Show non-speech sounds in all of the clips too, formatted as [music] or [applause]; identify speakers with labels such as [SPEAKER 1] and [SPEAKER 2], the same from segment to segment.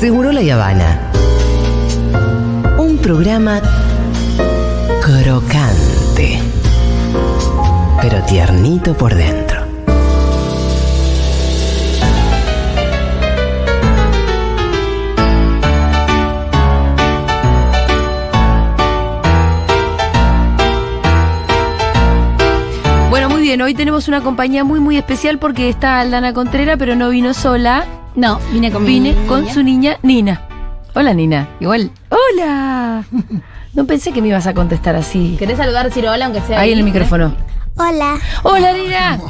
[SPEAKER 1] Seguro la Habana. Un programa crocante, pero tiernito por dentro.
[SPEAKER 2] Bueno, muy bien, hoy tenemos una compañía muy muy especial porque está Aldana Contrera, pero no vino sola,
[SPEAKER 3] No, vine con mi
[SPEAKER 2] vine
[SPEAKER 3] niña.
[SPEAKER 2] con su niña Nina. Hola Nina, igual. Hola. [laughs] No pensé que me ibas a contestar así.
[SPEAKER 3] ¿Querés saludar, Ciro? Hola, aunque sea.
[SPEAKER 2] Ahí en el
[SPEAKER 3] ¿eh?
[SPEAKER 2] micrófono.
[SPEAKER 4] Hola,
[SPEAKER 3] [laughs]
[SPEAKER 2] Hola Nina.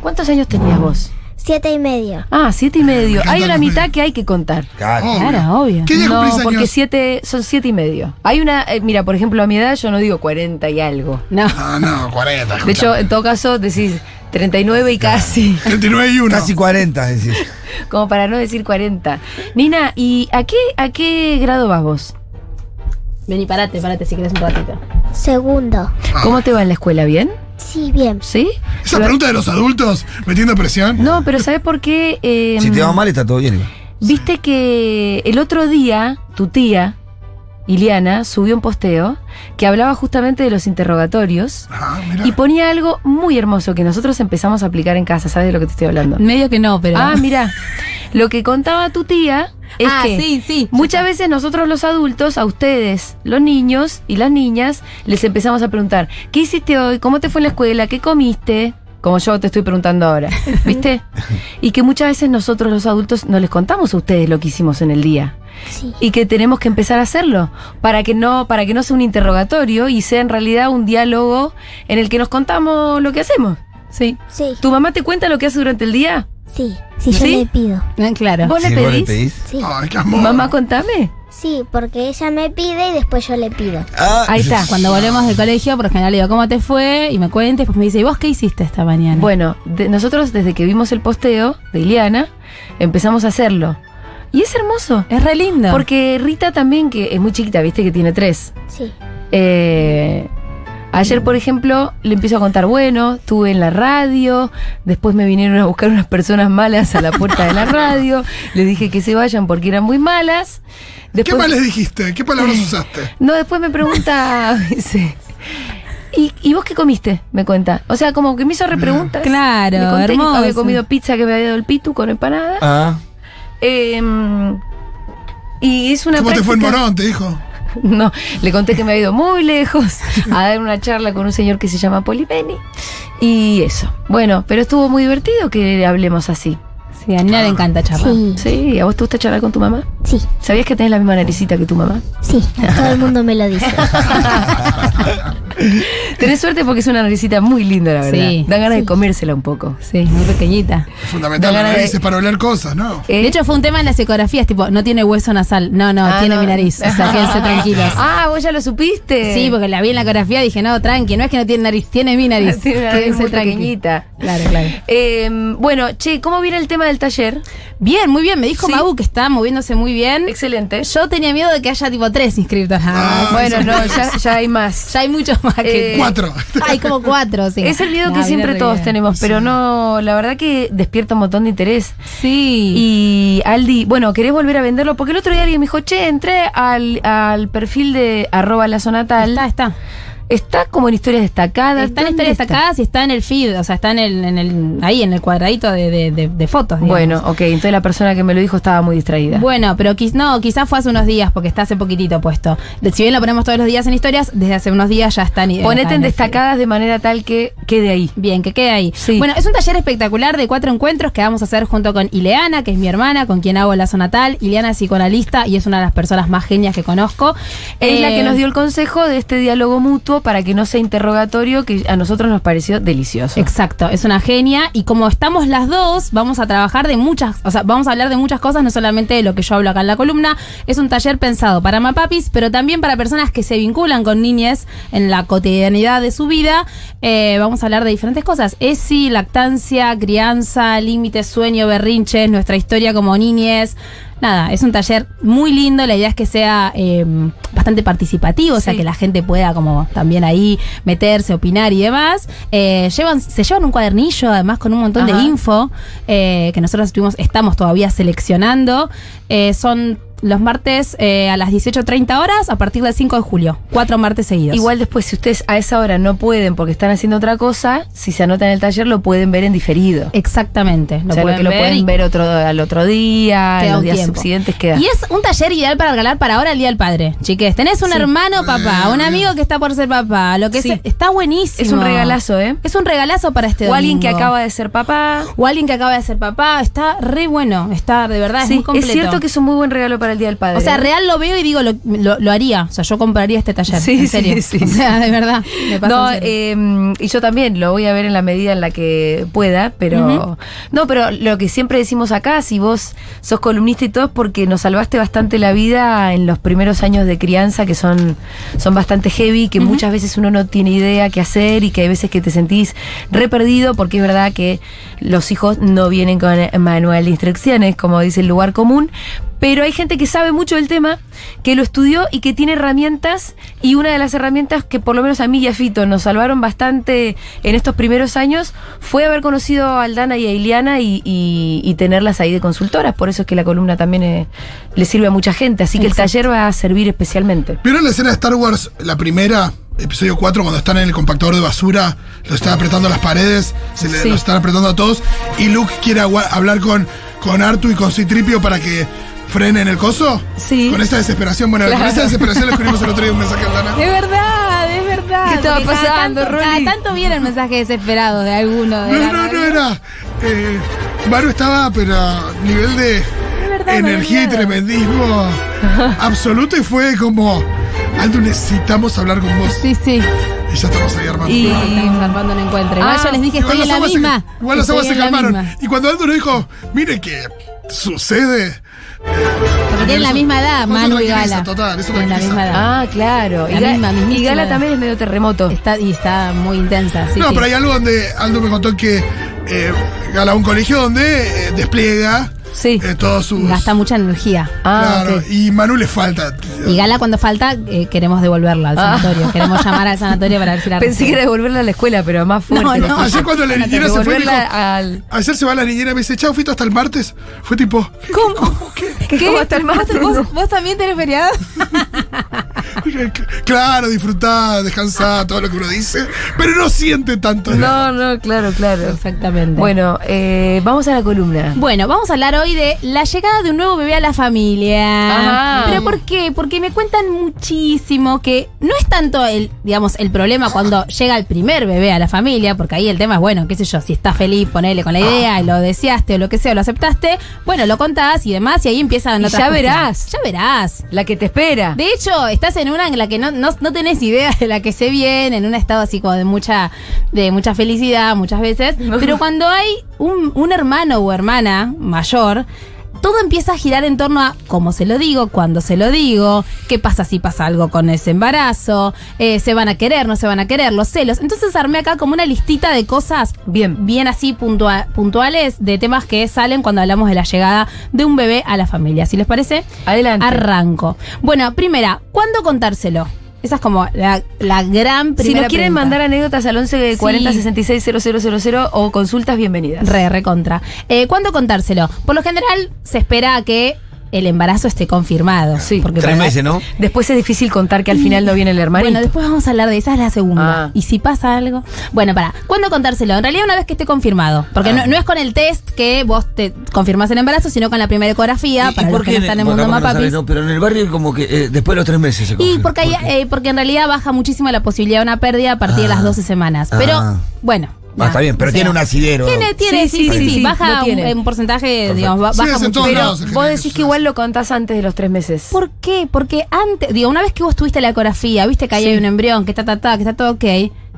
[SPEAKER 2] ¿Cuántos años tenías vos?
[SPEAKER 4] siete y medio.
[SPEAKER 2] Ah, siete y medio.
[SPEAKER 5] encanta
[SPEAKER 2] Hay una
[SPEAKER 5] los
[SPEAKER 2] mitad
[SPEAKER 5] números.
[SPEAKER 2] que hay que contar.
[SPEAKER 5] Claro.
[SPEAKER 2] Claro, obvio.
[SPEAKER 5] ¿Qué día
[SPEAKER 2] no,
[SPEAKER 5] cumplís
[SPEAKER 2] porque
[SPEAKER 5] años?
[SPEAKER 2] siete, son siete y medio. Hay una, eh, mira, por ejemplo, a mi edad yo no digo 40 y algo.
[SPEAKER 3] No. [laughs]
[SPEAKER 5] No, Ah, no,
[SPEAKER 2] [laughs]
[SPEAKER 5] 40.
[SPEAKER 2] De hecho, en todo caso decís 39 y casi.
[SPEAKER 5] 39 y 1.
[SPEAKER 6] Casi 40, decís.
[SPEAKER 2] Como para no decir 40. Nina, ¿y a qué, a qué grado vas vos?
[SPEAKER 3] Vení, parate, parate si querés un ratito.
[SPEAKER 4] Segundo.
[SPEAKER 2] ¿Cómo te va en la escuela? ¿Bien?
[SPEAKER 4] Sí, bien.
[SPEAKER 2] ¿Sí?
[SPEAKER 5] Esa
[SPEAKER 2] Pero-
[SPEAKER 5] pregunta de los adultos metiendo presión.
[SPEAKER 2] No, pero ¿sabes por qué? Eh,
[SPEAKER 3] Em,
[SPEAKER 6] Si te va mal, está todo bien. igual.
[SPEAKER 2] Viste que el otro día tu tía, Iliana, subió un posteo que hablaba justamente de los interrogatorios
[SPEAKER 5] Ah, mira.
[SPEAKER 2] y ponía algo muy hermoso que nosotros empezamos a aplicar en casa. ¿Sabes de lo que te estoy hablando?
[SPEAKER 3] Medio que no, pero.
[SPEAKER 2] Ah, mira. Lo que contaba tu tía es
[SPEAKER 3] ah,
[SPEAKER 2] que
[SPEAKER 3] sí, sí.
[SPEAKER 2] Muchas veces nosotros los adultos, a ustedes, los niños y las niñas, les empezamos a preguntar, ¿qué hiciste hoy? ¿Cómo te fue en la escuela? ¿Qué comiste? Como yo te estoy preguntando [laughs] ahora, ¿viste? Y que muchas veces nosotros los adultos no les contamos a ustedes lo que hicimos en el día
[SPEAKER 4] Sí.
[SPEAKER 2] y que tenemos que empezar a hacerlo para que no para que no sea un interrogatorio y sea en realidad un diálogo en el que nos contamos lo que hacemos.
[SPEAKER 3] Sí.
[SPEAKER 4] Sí,
[SPEAKER 2] ¿Tu mamá te cuenta lo que hace durante el día?
[SPEAKER 4] sí. Si
[SPEAKER 2] ¿Sí?
[SPEAKER 4] yo le pido.
[SPEAKER 3] Ah, Claro.
[SPEAKER 2] ¿Vos le
[SPEAKER 6] Si vos
[SPEAKER 2] pedís?
[SPEAKER 4] Sí.
[SPEAKER 5] Ay, qué amor.
[SPEAKER 2] Mamá, contame.
[SPEAKER 4] Sí, porque ella me pide y después yo le pido.
[SPEAKER 6] Ah,
[SPEAKER 2] Ahí está.
[SPEAKER 3] Cuando volvemos del colegio, por lo general le digo, ¿cómo te fue? Y me cuenta y después me dice, ¿y vos qué hiciste esta mañana?
[SPEAKER 2] Bueno, de- nosotros desde que vimos el posteo de Ileana, empezamos a hacerlo. Y es hermoso.
[SPEAKER 3] Es re lindo.
[SPEAKER 2] Porque Rita también, que es muy chiquita, viste que tiene tres.
[SPEAKER 4] Sí.
[SPEAKER 2] Eh, ayer, por ejemplo, le empiezo a contar, bueno, estuve en la radio, después me vinieron a buscar unas personas malas a la puerta de la radio, les dije que se vayan porque eran muy malas.
[SPEAKER 5] ¿Qué
[SPEAKER 2] Después, Eh.
[SPEAKER 5] mal les dijiste? ¿Qué palabras usaste?
[SPEAKER 2] No, después me pregunta, [laughs] me dice, ¿y, ¿y vos qué comiste? Me cuenta. O sea, como que me hizo repreguntas.
[SPEAKER 3] Claro,
[SPEAKER 2] Le conté que
[SPEAKER 3] hermoso.
[SPEAKER 2] había comido pizza que me había dado el pitu con empanada.
[SPEAKER 6] ah.
[SPEAKER 2] Em, y es una
[SPEAKER 5] ¿Cómo te fue en
[SPEAKER 2] práctica-
[SPEAKER 5] Morón? Te dijo.
[SPEAKER 2] [laughs] No, le conté que me había ido muy lejos a dar una charla con un señor que se llama Polipeni. Y eso. Bueno, pero estuvo muy divertido que hablemos así.
[SPEAKER 3] Sí, a Nina le encanta
[SPEAKER 2] Ah,
[SPEAKER 3] charlar.
[SPEAKER 4] Sí,
[SPEAKER 2] Sí, ¿a vos te gusta charlar con tu mamá?
[SPEAKER 4] sí,
[SPEAKER 2] ¿Sabías que tenés la misma naricita que tu mamá?
[SPEAKER 4] sí. Todo el mundo me lo
[SPEAKER 2] [laughs]
[SPEAKER 4] dice.
[SPEAKER 2] Tenés suerte porque es una naricita muy linda, la verdad.
[SPEAKER 3] Sí.
[SPEAKER 2] Dan ganas de
[SPEAKER 4] Sí.
[SPEAKER 2] comérsela un poco.
[SPEAKER 3] Sí, muy pequeñita.
[SPEAKER 5] Fundamental,
[SPEAKER 2] Da
[SPEAKER 5] la
[SPEAKER 2] ganas
[SPEAKER 5] nariz
[SPEAKER 2] de-
[SPEAKER 5] es para hablar cosas, ¿no?
[SPEAKER 2] Eh,
[SPEAKER 3] De hecho, fue un tema en las ecografías, tipo, no tiene hueso nasal. No, no, eh.
[SPEAKER 2] ah,
[SPEAKER 3] tiene
[SPEAKER 2] no.
[SPEAKER 3] mi nariz. O
[SPEAKER 2] [laughs]
[SPEAKER 3] sea, [laughs] quédense tranquilos.
[SPEAKER 2] Ah, vos ya lo supiste.
[SPEAKER 3] Sí,
[SPEAKER 2] [laughs]
[SPEAKER 3] porque la vi en la ecografía y dije, no, tranqui, no es que no tiene nariz, tiene mi nariz.
[SPEAKER 2] Tiene una nariz
[SPEAKER 3] Quédense
[SPEAKER 2] muy
[SPEAKER 3] tranqui.
[SPEAKER 2] pequeñita.
[SPEAKER 3] Claro, claro.
[SPEAKER 2] Em, bueno, che, ¿cómo viene el tema del taller?
[SPEAKER 3] Bien, muy bien. Me dijo
[SPEAKER 2] Sí.
[SPEAKER 3] Mabu que está moviéndose muy bien.
[SPEAKER 2] Excelente.
[SPEAKER 3] Yo tenía miedo de que haya tipo tres inscritos. nada más.
[SPEAKER 2] bueno, no, ya, ya hay más.
[SPEAKER 3] Ya hay muchos más que.
[SPEAKER 2] Eh,
[SPEAKER 5] Cuatro. [laughs]
[SPEAKER 3] Hay como cuatro, sí.
[SPEAKER 2] Es el miedo
[SPEAKER 3] No,
[SPEAKER 2] que
[SPEAKER 3] viene
[SPEAKER 2] siempre
[SPEAKER 3] re
[SPEAKER 2] todos
[SPEAKER 3] bien.
[SPEAKER 2] tenemos, pero no, la verdad que despierta un montón de interés.
[SPEAKER 3] Sí.
[SPEAKER 2] Y Aldi, bueno, querés volver a venderlo, porque el otro día alguien me dijo, che, entré al, al perfil de arroba la zona tal.
[SPEAKER 3] está, está.
[SPEAKER 2] Está como en historias destacadas.
[SPEAKER 3] Está en
[SPEAKER 2] ¿dónde
[SPEAKER 3] historias
[SPEAKER 2] está?
[SPEAKER 3] destacadas y está en el feed, o sea, está en el, en el ahí, en el cuadradito de, de- de- de fotos. digamos.
[SPEAKER 2] Bueno, ok, entonces la persona que me lo dijo estaba muy distraída.
[SPEAKER 3] Bueno, pero quiz- no, quizás fue hace unos días, porque está hace poquitito puesto. De- Si bien lo ponemos todos los días en historias, desde hace unos días ya está en
[SPEAKER 2] Ponete
[SPEAKER 3] está
[SPEAKER 2] en
[SPEAKER 3] el feed.
[SPEAKER 2] destacadas de manera tal que quede ahí.
[SPEAKER 3] Bien, que quede ahí.
[SPEAKER 2] Sí.
[SPEAKER 3] Bueno, es un taller espectacular de cuatro encuentros que vamos a hacer junto con Ileana, que es mi hermana, con quien hago el lazo natal. Ileana es psicoanalista y es una de las personas más genias que conozco.
[SPEAKER 2] Es la
[SPEAKER 3] Eh,
[SPEAKER 2] que nos dio el consejo de este diálogo mutuo para que no sea interrogatorio, que a nosotros nos pareció delicioso.
[SPEAKER 3] Exacto, es una genia y como estamos las dos, vamos a trabajar de muchas, o sea, vamos a hablar de muchas cosas, no solamente de lo que yo hablo acá en la columna, es un taller pensado para mapapis, pero también para personas que se vinculan con niñez en la cotidianidad de su vida, Eh, vamos a hablar de diferentes cosas, ESI, lactancia, crianza, límites, sueño, berrinches, nuestra historia como niñez, nada, es un taller muy lindo. La idea es que sea eh, bastante participativo, o sea,
[SPEAKER 2] Sí.
[SPEAKER 3] que la gente pueda como también ahí meterse, opinar y demás. Eh, llevan, se llevan un cuadernillo, además, con un montón
[SPEAKER 2] Ajá.
[SPEAKER 3] de info eh, que nosotros estuvimos, estamos todavía seleccionando. Eh, son los martes eh, a las 18.30 horas a partir del 5 de julio. Cuatro martes seguidos.
[SPEAKER 2] Igual después, si ustedes a esa hora no pueden porque están haciendo otra cosa, si se anotan en el taller lo pueden ver en diferido.
[SPEAKER 3] Exactamente.
[SPEAKER 2] o sea, Eh, lo que lo pueden
[SPEAKER 3] y-
[SPEAKER 2] ver otro, al otro día,
[SPEAKER 3] Queda
[SPEAKER 2] los
[SPEAKER 3] un
[SPEAKER 2] días
[SPEAKER 3] tiempo.
[SPEAKER 2] subsiguientes queda.
[SPEAKER 3] Y es un taller ideal para regalar para ahora el Día del Padre. Chiques, tenés un hermano papá, un amigo que está por ser papá, lo que
[SPEAKER 2] Sí.
[SPEAKER 3] sea. Está buenísimo.
[SPEAKER 2] Es un regalazo, ¿eh?
[SPEAKER 3] Es un regalazo para este
[SPEAKER 2] o alguien que
[SPEAKER 3] domingo.
[SPEAKER 2] acaba de ser papá.
[SPEAKER 3] O alguien que acaba de ser papá. Está re bueno. Está, de verdad, es
[SPEAKER 2] Sí,
[SPEAKER 3] muy completo.
[SPEAKER 2] cierto que es un muy buen regalo para el Día del Padre.
[SPEAKER 3] O sea,
[SPEAKER 2] ¿eh?
[SPEAKER 3] real lo veo y digo, lo, lo- lo haría. O sea, yo compraría este taller.
[SPEAKER 2] Sí,
[SPEAKER 3] en serio.
[SPEAKER 2] sí, sí.
[SPEAKER 3] [laughs] O sea, de verdad. me pasa
[SPEAKER 2] No,
[SPEAKER 3] en serio.
[SPEAKER 2] eh, y yo también lo voy a ver en la medida en la que pueda, pero
[SPEAKER 3] Ujú.
[SPEAKER 2] no, pero lo que siempre decimos acá, si vos sos columnista y todo, es porque nos salvaste bastante la vida en los primeros años de crianza que son, son bastante heavy, que muchas veces uno no tiene idea qué hacer y que hay veces que te sentís re perdido, porque es verdad que los hijos no vienen con eh, manual de instrucciones, como dice el lugar común, pero hay gente que sabe mucho del tema, que lo estudió y que tiene herramientas. Y una de las herramientas que por lo menos a mí y a Fito nos salvaron bastante en estos primeros años fue haber conocido a Aldana y a Iliana y, y- y tenerlas ahí de consultoras. Por eso es que la columna también eh, le sirve a mucha gente. Así que el taller va a servir especialmente.
[SPEAKER 5] ¿Vieron la escena de Star Wars, la primera, episodio 4, cuando están en el compactador de basura, lo están apretando a las paredes, se le,
[SPEAKER 2] Sí.
[SPEAKER 5] los están apretando a todos, y Luke quiere agua- hablar con, con Artu y con Citripio para que frenen el coso?
[SPEAKER 2] Sí.
[SPEAKER 5] Con esa desesperación, bueno, con
[SPEAKER 2] Claro.
[SPEAKER 5] esa desesperación le escribimos el otro día un mensaje a
[SPEAKER 2] [laughs]
[SPEAKER 5] Aldana.
[SPEAKER 3] De verdad, es verdad.
[SPEAKER 2] ¿Qué estaba
[SPEAKER 3] Porque cada
[SPEAKER 2] pasando,
[SPEAKER 3] tanto,
[SPEAKER 2] Rolly?
[SPEAKER 3] Cada tanto viene el mensaje desesperado de alguno. De
[SPEAKER 5] No,
[SPEAKER 3] la-
[SPEAKER 5] no, no era. Eh, Maru estaba, pero a nivel de
[SPEAKER 3] verdad,
[SPEAKER 5] energía y
[SPEAKER 3] maravillado.
[SPEAKER 5] tremendismo
[SPEAKER 3] [laughs]
[SPEAKER 5] absoluto y fue como, Aldo, necesitamos hablar con vos.
[SPEAKER 3] Sí, sí.
[SPEAKER 5] Y ya estamos ahí armando.
[SPEAKER 2] Y-
[SPEAKER 5] Igual
[SPEAKER 3] Estamos armando un encuentro. Igual
[SPEAKER 2] Ah.
[SPEAKER 3] yo les dije, estoy en la
[SPEAKER 5] aguas se-
[SPEAKER 3] misma.
[SPEAKER 5] igual las
[SPEAKER 3] Estoy
[SPEAKER 5] aguas se
[SPEAKER 3] en la
[SPEAKER 5] calmaron.
[SPEAKER 3] misma.
[SPEAKER 5] Y cuando Aldo nos dijo, mire que sucede.
[SPEAKER 3] Porque tienen la
[SPEAKER 5] Eso-
[SPEAKER 3] misma edad,
[SPEAKER 5] eso
[SPEAKER 3] Manu y
[SPEAKER 5] tranquiliza,
[SPEAKER 3] Gala.
[SPEAKER 5] Total, eso
[SPEAKER 3] Tienen la
[SPEAKER 5] tranquiliza.
[SPEAKER 3] misma edad.
[SPEAKER 2] Ah, claro.
[SPEAKER 3] La
[SPEAKER 2] y, Ga-
[SPEAKER 3] misma,
[SPEAKER 2] y
[SPEAKER 3] mismísima.
[SPEAKER 2] Gala también es medio terremoto.
[SPEAKER 3] Está, y está muy intensa. sí,
[SPEAKER 5] no,
[SPEAKER 3] sí.
[SPEAKER 5] pero hay algo donde Aldo me contó que eh, Gala un colegio donde eh, despliega
[SPEAKER 2] Sí.
[SPEAKER 5] eh, todos sus.
[SPEAKER 3] Gasta mucha energía.
[SPEAKER 2] Ah,
[SPEAKER 5] Claro,
[SPEAKER 2] ok.
[SPEAKER 5] y Manu le falta.
[SPEAKER 3] Y Gala cuando falta, eh, queremos devolverla al
[SPEAKER 2] Ah.
[SPEAKER 3] sanatorio. Queremos llamar al sanatorio para ver si la
[SPEAKER 2] [laughs] Pensé que
[SPEAKER 3] recibe.
[SPEAKER 2] era devolverla a la escuela, pero más fuerte.
[SPEAKER 3] No, [laughs] no.
[SPEAKER 5] Ayer cuando la niñera se fue, me dijo,
[SPEAKER 2] Devolverla al...
[SPEAKER 5] ayer se va la niñera y me dice, chau, Fito, hasta el martes. Fue tipo,
[SPEAKER 3] ¿Cómo?
[SPEAKER 2] ¿Qué? ¿Cómo está el maestro?
[SPEAKER 3] ¿Vos, vos también tenés feriado?
[SPEAKER 5] claro, disfrutá, descansá, todo lo que uno dice, pero no siente tanto.
[SPEAKER 2] No, no, claro, claro.
[SPEAKER 3] Exactamente.
[SPEAKER 2] Bueno, eh, vamos a la columna.
[SPEAKER 3] Bueno, vamos a hablar hoy de la llegada de un nuevo bebé a la familia.
[SPEAKER 2] Ajá.
[SPEAKER 3] ¿Pero por qué? Porque me cuentan muchísimo que no es tanto el, digamos, el problema cuando llega el primer bebé a la familia, porque ahí el tema es, bueno, qué sé yo, si estás feliz, ponele con la idea, y lo deseaste o lo que sea, lo aceptaste, bueno, lo contás y demás, y ahí empiezan
[SPEAKER 2] Y
[SPEAKER 3] otras
[SPEAKER 2] ya
[SPEAKER 3] cuestiones.
[SPEAKER 2] verás.
[SPEAKER 3] Ya verás.
[SPEAKER 2] La que te espera.
[SPEAKER 3] De hecho, estás en una en la que no, no, no tenés idea de la que se viene, en un estado así como de mucha, de mucha felicidad muchas veces. Pero cuando hay un, un hermano o hermana mayor, todo empieza a girar en torno a cómo se lo digo, cuándo se lo digo, qué pasa si pasa algo con ese embarazo, eh, se van a querer, no se van a querer, los celos. Entonces armé acá como una listita de cosas
[SPEAKER 2] Bien.
[SPEAKER 3] bien así puntua- puntuales de temas que salen cuando hablamos de la llegada de un bebé a la familia. Si les parece,
[SPEAKER 2] Adelante.
[SPEAKER 3] Arranco. Bueno, primera, ¿cuándo contárselo? Esa es como la, la gran primera
[SPEAKER 2] si nos quieren
[SPEAKER 3] pregunta.
[SPEAKER 2] mandar anécdotas al 11 40
[SPEAKER 3] Sí.
[SPEAKER 2] 66 0000 o consultas, bienvenidas.
[SPEAKER 3] Re, re contra. Eh, ¿Cuándo contárselo? Por lo general se espera a que el embarazo esté confirmado.
[SPEAKER 2] Sí.
[SPEAKER 3] Porque
[SPEAKER 6] Tres
[SPEAKER 3] para-
[SPEAKER 6] meses, ¿no?
[SPEAKER 2] Después es difícil contar que al final no viene el hermanito.
[SPEAKER 3] Bueno, después vamos a hablar de esa, es la segunda.
[SPEAKER 2] Ah.
[SPEAKER 3] Y si pasa algo. Bueno, para, ¿cuándo contárselo? En realidad, una vez que esté confirmado. Porque
[SPEAKER 2] Ah.
[SPEAKER 3] no, no es con el test que vos te confirmás el embarazo, sino con la primera ecografía.
[SPEAKER 6] ¿Y- y
[SPEAKER 3] para los que no
[SPEAKER 6] en-
[SPEAKER 3] están en
[SPEAKER 6] bueno,
[SPEAKER 3] mundo
[SPEAKER 6] capaz que no
[SPEAKER 3] mapapis.
[SPEAKER 6] saben, no, pero en el barrio como que eh, después de los tres meses se
[SPEAKER 3] Y
[SPEAKER 6] confirma.
[SPEAKER 3] porque, ahí,
[SPEAKER 6] ¿Por qué?
[SPEAKER 3] eh, porque en realidad baja muchísimo la posibilidad de una pérdida a partir de
[SPEAKER 6] Ah.
[SPEAKER 3] las 12 semanas. Pero
[SPEAKER 6] Ah.
[SPEAKER 3] bueno.
[SPEAKER 6] Ah, está bien, pero
[SPEAKER 3] o sea,
[SPEAKER 6] tiene un asidero.
[SPEAKER 3] Tiene, tiene, sí, sí, sí,
[SPEAKER 2] sí, lo
[SPEAKER 3] baja un,
[SPEAKER 2] tiene.
[SPEAKER 3] un porcentaje,
[SPEAKER 6] Perfecto.
[SPEAKER 3] digamos, ba-
[SPEAKER 5] Sí,
[SPEAKER 3] baja
[SPEAKER 5] es en
[SPEAKER 3] mucho.
[SPEAKER 5] todos
[SPEAKER 3] Pero,
[SPEAKER 5] lados.
[SPEAKER 2] Vos decís que igual lo contás antes de los tres meses.
[SPEAKER 3] ¿por qué? Porque antes, digo, una vez que vos tuviste la ecografía, viste que ahí
[SPEAKER 2] Sí.
[SPEAKER 3] hay un embrión, que está, ta, ta, que está todo ok,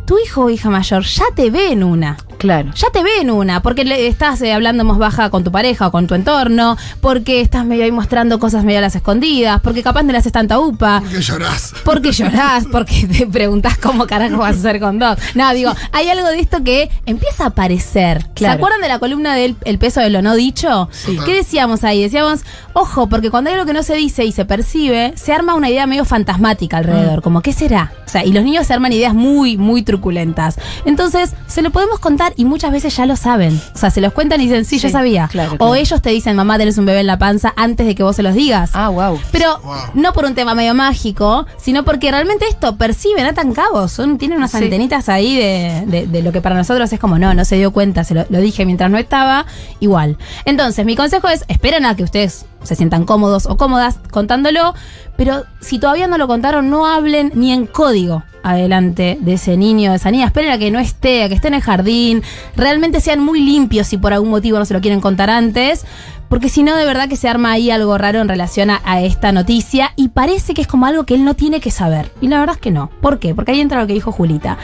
[SPEAKER 3] tu hijo o hija mayor ya te ve en una.
[SPEAKER 2] Claro.
[SPEAKER 3] Ya te ven una, porque le estás eh, hablando en voz baja con tu pareja o con tu entorno, porque estás medio ahí mostrando cosas medio a las escondidas, porque capaz no le haces tanta upa,
[SPEAKER 5] ¿Por qué llorás?
[SPEAKER 3] porque llorás, porque te preguntás cómo carajo vas a hacer con dos. No, digo, hay algo de esto que empieza a aparecer.
[SPEAKER 2] Claro.
[SPEAKER 3] ¿Se acuerdan de la columna del el peso de lo no dicho?
[SPEAKER 2] Sí.
[SPEAKER 3] ¿Qué decíamos ahí? Decíamos, ojo, porque cuando hay algo que no se dice y se percibe, se arma una idea medio fantasmática alrededor,
[SPEAKER 2] Mm.
[SPEAKER 3] como ¿qué será? O sea, y los niños se arman ideas muy, muy truculentas. Entonces, se lo podemos contar y muchas veces ya lo saben. O sea, se los cuentan y dicen, sí,
[SPEAKER 2] Sí,
[SPEAKER 3] yo sabía.
[SPEAKER 2] claro,
[SPEAKER 3] o
[SPEAKER 2] claro.
[SPEAKER 3] ellos te dicen, mamá, tenés un bebé en la panza antes de que vos se los digas.
[SPEAKER 2] Ah, wow.
[SPEAKER 3] Pero
[SPEAKER 5] Wow.
[SPEAKER 3] no por un tema medio mágico, sino porque realmente esto perciben, atan cabos, son, tienen unas
[SPEAKER 2] Sí.
[SPEAKER 3] antenitas ahí de, de- de lo que para nosotros es como, no, no se dio cuenta, se lo, lo dije mientras no estaba, igual. Entonces, mi consejo es, esperen a que ustedes se sientan cómodos o cómodas contándolo, pero si todavía no lo contaron, no hablen ni en código adelante de ese niño, de esa niña, esperen a que no esté, a que esté en el jardín, realmente sean muy limpios si por algún motivo no se lo quieren contar antes, porque si no, de verdad que se arma ahí algo raro en relación a, a esta noticia y parece que es como algo que él no tiene que saber. Y la verdad es que no. ¿Por qué? Porque ahí entra lo que dijo Julita.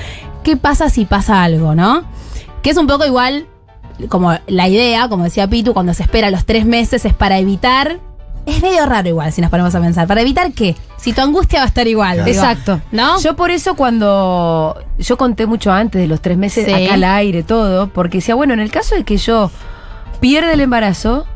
[SPEAKER 3] ¿Qué pasa si pasa algo, no? Que es un poco igual como la idea, como decía Pitu, cuando se espera los tres meses es para evitar... Es medio raro igual si nos ponemos a pensar. ¿Para evitar qué? Si tu angustia va a estar igual.
[SPEAKER 6] Claro.
[SPEAKER 3] digo,
[SPEAKER 2] Exacto.
[SPEAKER 3] ¿No?
[SPEAKER 2] Yo por eso cuando yo conté mucho antes de los tres meses
[SPEAKER 3] Sí.
[SPEAKER 2] acá al aire todo, porque decía, bueno, en el caso de que yo pierda el embarazo,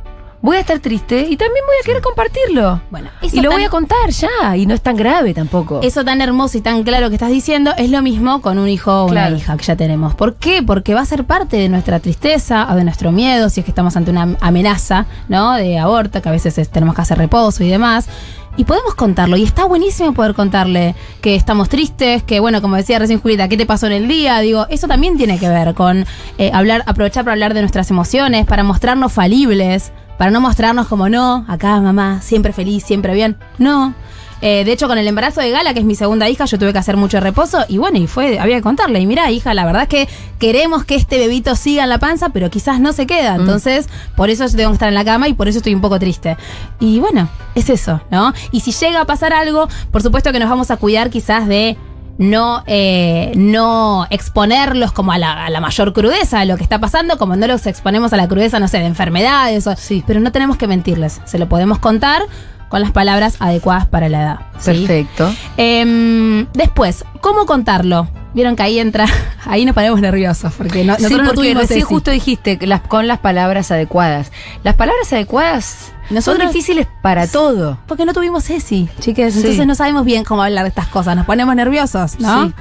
[SPEAKER 2] voy a estar triste y también voy a querer compartirlo.
[SPEAKER 3] Bueno,
[SPEAKER 2] Y lo voy a contar ya, y no es tan grave tampoco.
[SPEAKER 3] Eso tan hermoso y tan claro que estás diciendo es lo mismo con un hijo o
[SPEAKER 2] Claro.
[SPEAKER 3] una hija que ya tenemos. ¿Por qué? Porque va a ser parte de nuestra tristeza o de nuestro miedo, si es que estamos ante una amenaza, ¿no? De aborto, que a veces es- tenemos que hacer reposo y demás. Y podemos contarlo, y está buenísimo poder contarle que estamos tristes, que bueno, como decía recién Julieta, ¿qué te pasó en el día? Digo, eso también tiene que ver con eh, hablar, aprovechar para hablar de nuestras emociones, para mostrarnos falibles, para no mostrarnos como no, acá mamá, siempre feliz, siempre bien. No, eh, de hecho, con el embarazo de Gala, que es mi segunda hija, yo tuve que hacer mucho reposo y bueno, y fue, había que contarle. Y mira, hija, la verdad es que queremos que este bebito siga en la panza, pero quizás no se queda. Entonces, por eso yo tengo que estar en la cama y por eso estoy un poco triste. Y bueno, es eso, ¿no? Y si llega a pasar algo, por supuesto que nos vamos a cuidar quizás de no, eh, no exponerlos como a la, a la mayor crudeza de lo que está pasando, como no los exponemos a la crudeza, no sé, de enfermedades. o-
[SPEAKER 2] Sí.
[SPEAKER 3] Pero no tenemos que mentirles, se lo podemos contar con las palabras adecuadas para la edad. ¿sí?
[SPEAKER 2] Perfecto.
[SPEAKER 3] Em, después, ¿cómo contarlo? Vieron que ahí entra, [laughs] ahí nos ponemos nerviosos, porque no,
[SPEAKER 2] sí,
[SPEAKER 3] nosotros no
[SPEAKER 2] porque
[SPEAKER 3] tuvimos
[SPEAKER 2] recién
[SPEAKER 3] ese.
[SPEAKER 2] justo dijiste que las, con las palabras adecuadas. Las palabras adecuadas
[SPEAKER 3] Nosotros-
[SPEAKER 2] son difíciles para todo.
[SPEAKER 3] Porque no tuvimos Ceci, chiques.
[SPEAKER 2] Sí.
[SPEAKER 3] Entonces no sabemos bien cómo hablar de estas cosas. Nos ponemos nerviosos, ¿no?
[SPEAKER 2] Sí.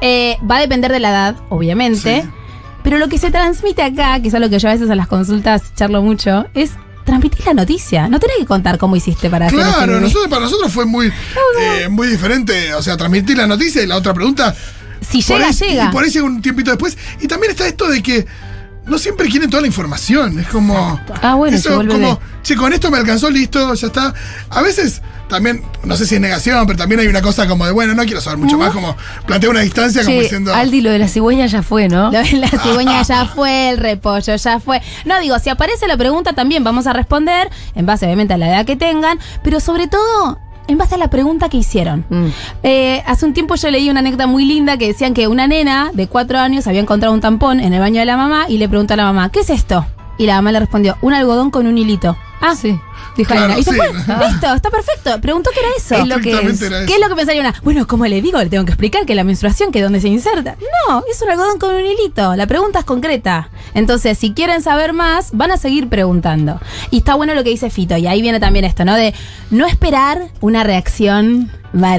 [SPEAKER 3] Eh, va a depender de la edad, obviamente. Pero lo que se transmite acá, que es algo que yo a veces en las consultas charlo mucho, es transmitir la noticia. No tenés que contar cómo hiciste para hacer ese
[SPEAKER 5] Claro,
[SPEAKER 3] bebé.
[SPEAKER 5] nosotros, para nosotros fue muy, eh, muy diferente. O sea, transmitir la noticia y la otra pregunta.
[SPEAKER 3] Si
[SPEAKER 5] por
[SPEAKER 3] llega,
[SPEAKER 5] ahí-
[SPEAKER 3] llega.
[SPEAKER 5] Y por ahí llega un tiempito después. Y también está esto de que no siempre quieren toda la información. Es como.
[SPEAKER 2] Ah, bueno,
[SPEAKER 5] eso
[SPEAKER 2] llegó el bebé.
[SPEAKER 5] como, che, con esto me alcanzó, listo, ya está. A veces también, no sé si es negación, pero también hay una cosa como de, bueno, no quiero saber
[SPEAKER 3] Uh.
[SPEAKER 5] mucho más, como plantea una distancia, como
[SPEAKER 2] Che,
[SPEAKER 5] diciendo.
[SPEAKER 2] Aldi, lo de la cigüeña ya fue, ¿no?
[SPEAKER 3] Lo de La cigüeña ya fue, el repollo ya fue. No, digo, si aparece la pregunta también vamos a responder, en base obviamente a la edad que tengan, pero sobre todo en base a la pregunta que hicieron.
[SPEAKER 2] Mm.
[SPEAKER 3] Eh, hace un tiempo yo leí una anécdota muy linda que decían que una nena de cuatro años había encontrado un tampón en el baño de la mamá y le preguntó a la mamá, ¿qué es esto? Y la mamá le respondió, un algodón con un hilito. Ah, sí. Dijo la
[SPEAKER 5] Claro,
[SPEAKER 3] nena. Y se
[SPEAKER 5] sí.
[SPEAKER 3] fue. Listo, está perfecto. Preguntó qué era eso.
[SPEAKER 2] Es lo que
[SPEAKER 5] estrictamente
[SPEAKER 2] es.
[SPEAKER 5] era
[SPEAKER 3] ¿Qué
[SPEAKER 5] eso.
[SPEAKER 3] es lo que pensaría una? Bueno, como le digo, le tengo que explicar que la menstruación, que dónde se inserta. No, es un algodón con un hilito. La pregunta es concreta. Entonces, si quieren saber más, van a seguir preguntando. Y está bueno lo que dice Fito, y ahí viene también esto, ¿no? De no esperar una reacción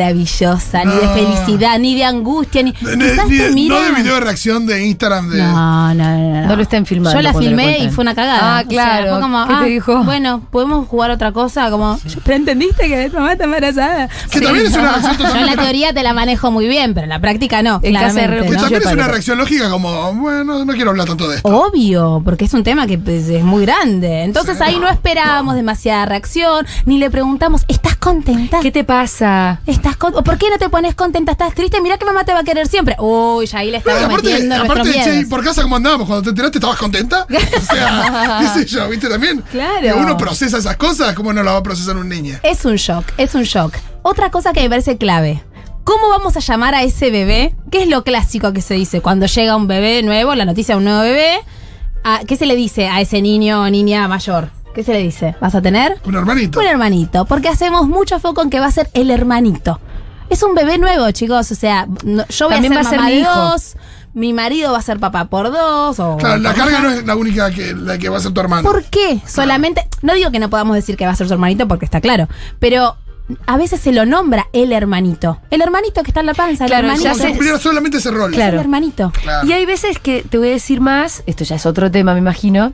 [SPEAKER 3] maravillosa, ni de
[SPEAKER 5] No.
[SPEAKER 3] felicidad, ni de angustia, ni.
[SPEAKER 5] Ni- ni-
[SPEAKER 3] Quizás
[SPEAKER 5] ni-
[SPEAKER 3] te
[SPEAKER 5] no
[SPEAKER 3] miran-
[SPEAKER 5] de video de reacción de Instagram de.
[SPEAKER 3] no, no, no, no.
[SPEAKER 2] No lo estén filmando,
[SPEAKER 3] Yo la
[SPEAKER 2] cuando lo
[SPEAKER 3] filmé y
[SPEAKER 2] cuentan.
[SPEAKER 3] fue una cagada.
[SPEAKER 2] Ah,
[SPEAKER 3] O sea,
[SPEAKER 2] claro.
[SPEAKER 3] fue como,
[SPEAKER 2] ¿Qué te
[SPEAKER 3] ah,
[SPEAKER 2] dijo?
[SPEAKER 3] Bueno, podemos jugar otra cosa. Como, pero entendiste que mamá está embarazada.
[SPEAKER 5] Que también es una reacción
[SPEAKER 3] [laughs] Yo en la
[SPEAKER 5] totalmente-
[SPEAKER 3] teoría te la manejo muy bien, pero en la práctica no.
[SPEAKER 2] En casa de
[SPEAKER 3] claramente,
[SPEAKER 5] Que
[SPEAKER 2] ¿no?
[SPEAKER 5] también
[SPEAKER 2] Yo
[SPEAKER 5] es una
[SPEAKER 2] paro.
[SPEAKER 5] reacción lógica como, bueno, no quiero hablar tanto de esto.
[SPEAKER 3] Obvio, porque es un tema que pues, es muy grande. Entonces ahí no esperábamos demasiada reacción, ni le preguntamos, ¿estás contenta?
[SPEAKER 2] ¿Qué te pasa?
[SPEAKER 3] ¿Estás con- o ¿Por qué no te pones contenta? ¿Estás triste? Mira que mamá te va a querer siempre. Uy, ya ahí le
[SPEAKER 5] Claro,
[SPEAKER 3] estamos
[SPEAKER 5] aparte,
[SPEAKER 3] metiendo nuestros
[SPEAKER 5] aparte che, ¿y
[SPEAKER 3] miedos.
[SPEAKER 5] por casa cómo andábamos? Cuando te enteraste, ¿estabas contenta? O sea, qué sé yo, ¿viste también?
[SPEAKER 3] Claro.
[SPEAKER 5] Que uno procesa esas cosas, ¿cómo no la va a procesar un niño?
[SPEAKER 3] Es un shock, es un shock. Otra cosa que me parece clave. ¿Cómo vamos a llamar a ese bebé? ¿Qué es lo clásico que se dice cuando llega un bebé nuevo, la noticia de un nuevo bebé? ¿A- ¿Qué se le dice a ese niño o niña mayor? ¿Qué se le dice? ¿Vas a tener?
[SPEAKER 5] Un hermanito.
[SPEAKER 3] Un hermanito, porque hacemos mucho foco en que va a ser el hermanito. Es un bebé nuevo, chicos, o sea, no- yo voy
[SPEAKER 2] También
[SPEAKER 3] a
[SPEAKER 2] va a
[SPEAKER 3] ser
[SPEAKER 2] ser
[SPEAKER 3] mamá
[SPEAKER 2] mi
[SPEAKER 3] de
[SPEAKER 2] hijo.
[SPEAKER 3] dos, mi marido va a ser papá por dos, o
[SPEAKER 5] Claro, la carga no es la única que, la que va a ser tu hermano.
[SPEAKER 3] ¿Por qué? Solamente, no digo que no podamos decir que va a ser su hermanito porque está claro, pero a veces se lo nombra el hermanito. El hermanito que está en la panza,
[SPEAKER 2] Claro,
[SPEAKER 3] el
[SPEAKER 2] ya
[SPEAKER 5] Como
[SPEAKER 3] hermanito.
[SPEAKER 5] si
[SPEAKER 2] sé.
[SPEAKER 5] cumpliera solamente ese rol.
[SPEAKER 3] El
[SPEAKER 2] Claro.
[SPEAKER 3] hermanito.
[SPEAKER 5] Claro.
[SPEAKER 2] Y hay veces que, te voy a decir más, esto ya es otro tema, me imagino.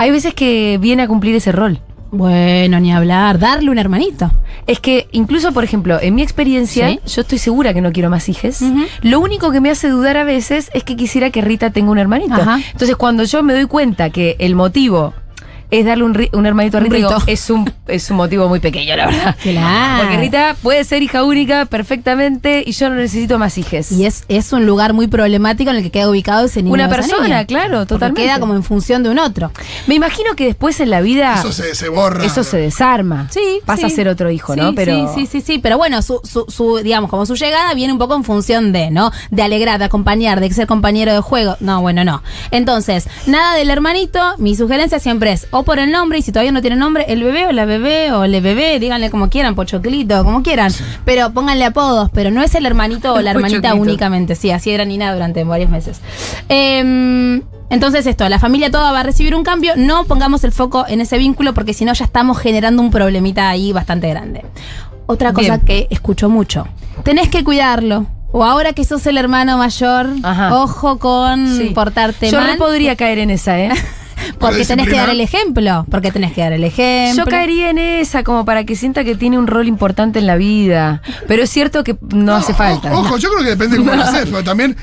[SPEAKER 2] Hay veces que viene a cumplir ese rol.
[SPEAKER 3] Bueno, ni hablar, darle un hermanito.
[SPEAKER 2] Es que incluso, por ejemplo, en mi experiencia,
[SPEAKER 3] Sí.
[SPEAKER 2] yo estoy segura que no quiero más hijes.
[SPEAKER 3] Ujú.
[SPEAKER 2] Lo único que me hace dudar a veces es que quisiera que Rita tenga un hermanito.
[SPEAKER 3] Ajá.
[SPEAKER 2] Entonces, cuando yo me doy cuenta que el motivo es darle un, ri- un hermanito a
[SPEAKER 3] Un
[SPEAKER 2] Rita, digo,
[SPEAKER 3] rito. Ah.
[SPEAKER 2] es un, es un motivo muy pequeño, la verdad.
[SPEAKER 3] Claro.
[SPEAKER 2] Porque Rita puede ser hija única perfectamente y yo no necesito más hijes.
[SPEAKER 3] Y es, es un lugar muy problemático en el que queda ubicado ese niño.
[SPEAKER 2] Una
[SPEAKER 3] o esa
[SPEAKER 2] persona,
[SPEAKER 3] niña.
[SPEAKER 2] claro,
[SPEAKER 3] Porque
[SPEAKER 2] totalmente.
[SPEAKER 3] Queda como en función de un otro.
[SPEAKER 2] Me imagino que después en la vida
[SPEAKER 5] Eso se, se borra.
[SPEAKER 2] eso se desarma.
[SPEAKER 3] Sí.
[SPEAKER 2] Pasa a
[SPEAKER 3] sí.
[SPEAKER 2] ser otro hijo,
[SPEAKER 3] Sí,
[SPEAKER 2] ¿no? Pero
[SPEAKER 3] Sí, sí, sí, sí. Pero bueno, su, su, su, digamos, como su llegada viene un poco en función de, ¿no? De alegrar, de acompañar, de ser compañero de juego. No, bueno, no. Entonces, nada del hermanito. Mi sugerencia siempre es o por el nombre, y si todavía no tiene nombre, el bebé o la bebé o el bebé, díganle como quieran, pochoclito, como quieran. Pero pónganle apodos, pero no es el hermanito o la hermanita
[SPEAKER 2] [laughs] Pochoclito.
[SPEAKER 3] únicamente. Sí, así era Nina durante varios meses. Em, entonces esto, la familia toda va a recibir un cambio, no pongamos el foco en ese vínculo porque si no ya estamos generando un problemita ahí bastante grande. Otra cosa
[SPEAKER 2] Bien.
[SPEAKER 3] que escucho mucho, tenés que cuidarlo. O ahora que sos el hermano mayor,
[SPEAKER 2] Ajá.
[SPEAKER 3] ojo con
[SPEAKER 2] Sí.
[SPEAKER 3] portarte
[SPEAKER 2] Yo no
[SPEAKER 3] mal,
[SPEAKER 2] podría caer en esa, ¿eh?
[SPEAKER 3] porque tenés que
[SPEAKER 5] Disciplina.
[SPEAKER 3] dar el ejemplo, porque tenés que dar el ejemplo.
[SPEAKER 2] Yo caería en esa como para que sienta que tiene un rol importante en la vida. Pero es cierto que no, hace falta.
[SPEAKER 5] Ojo, yo creo que
[SPEAKER 3] [laughs]
[SPEAKER 5] depende de cómo lo haces, pero también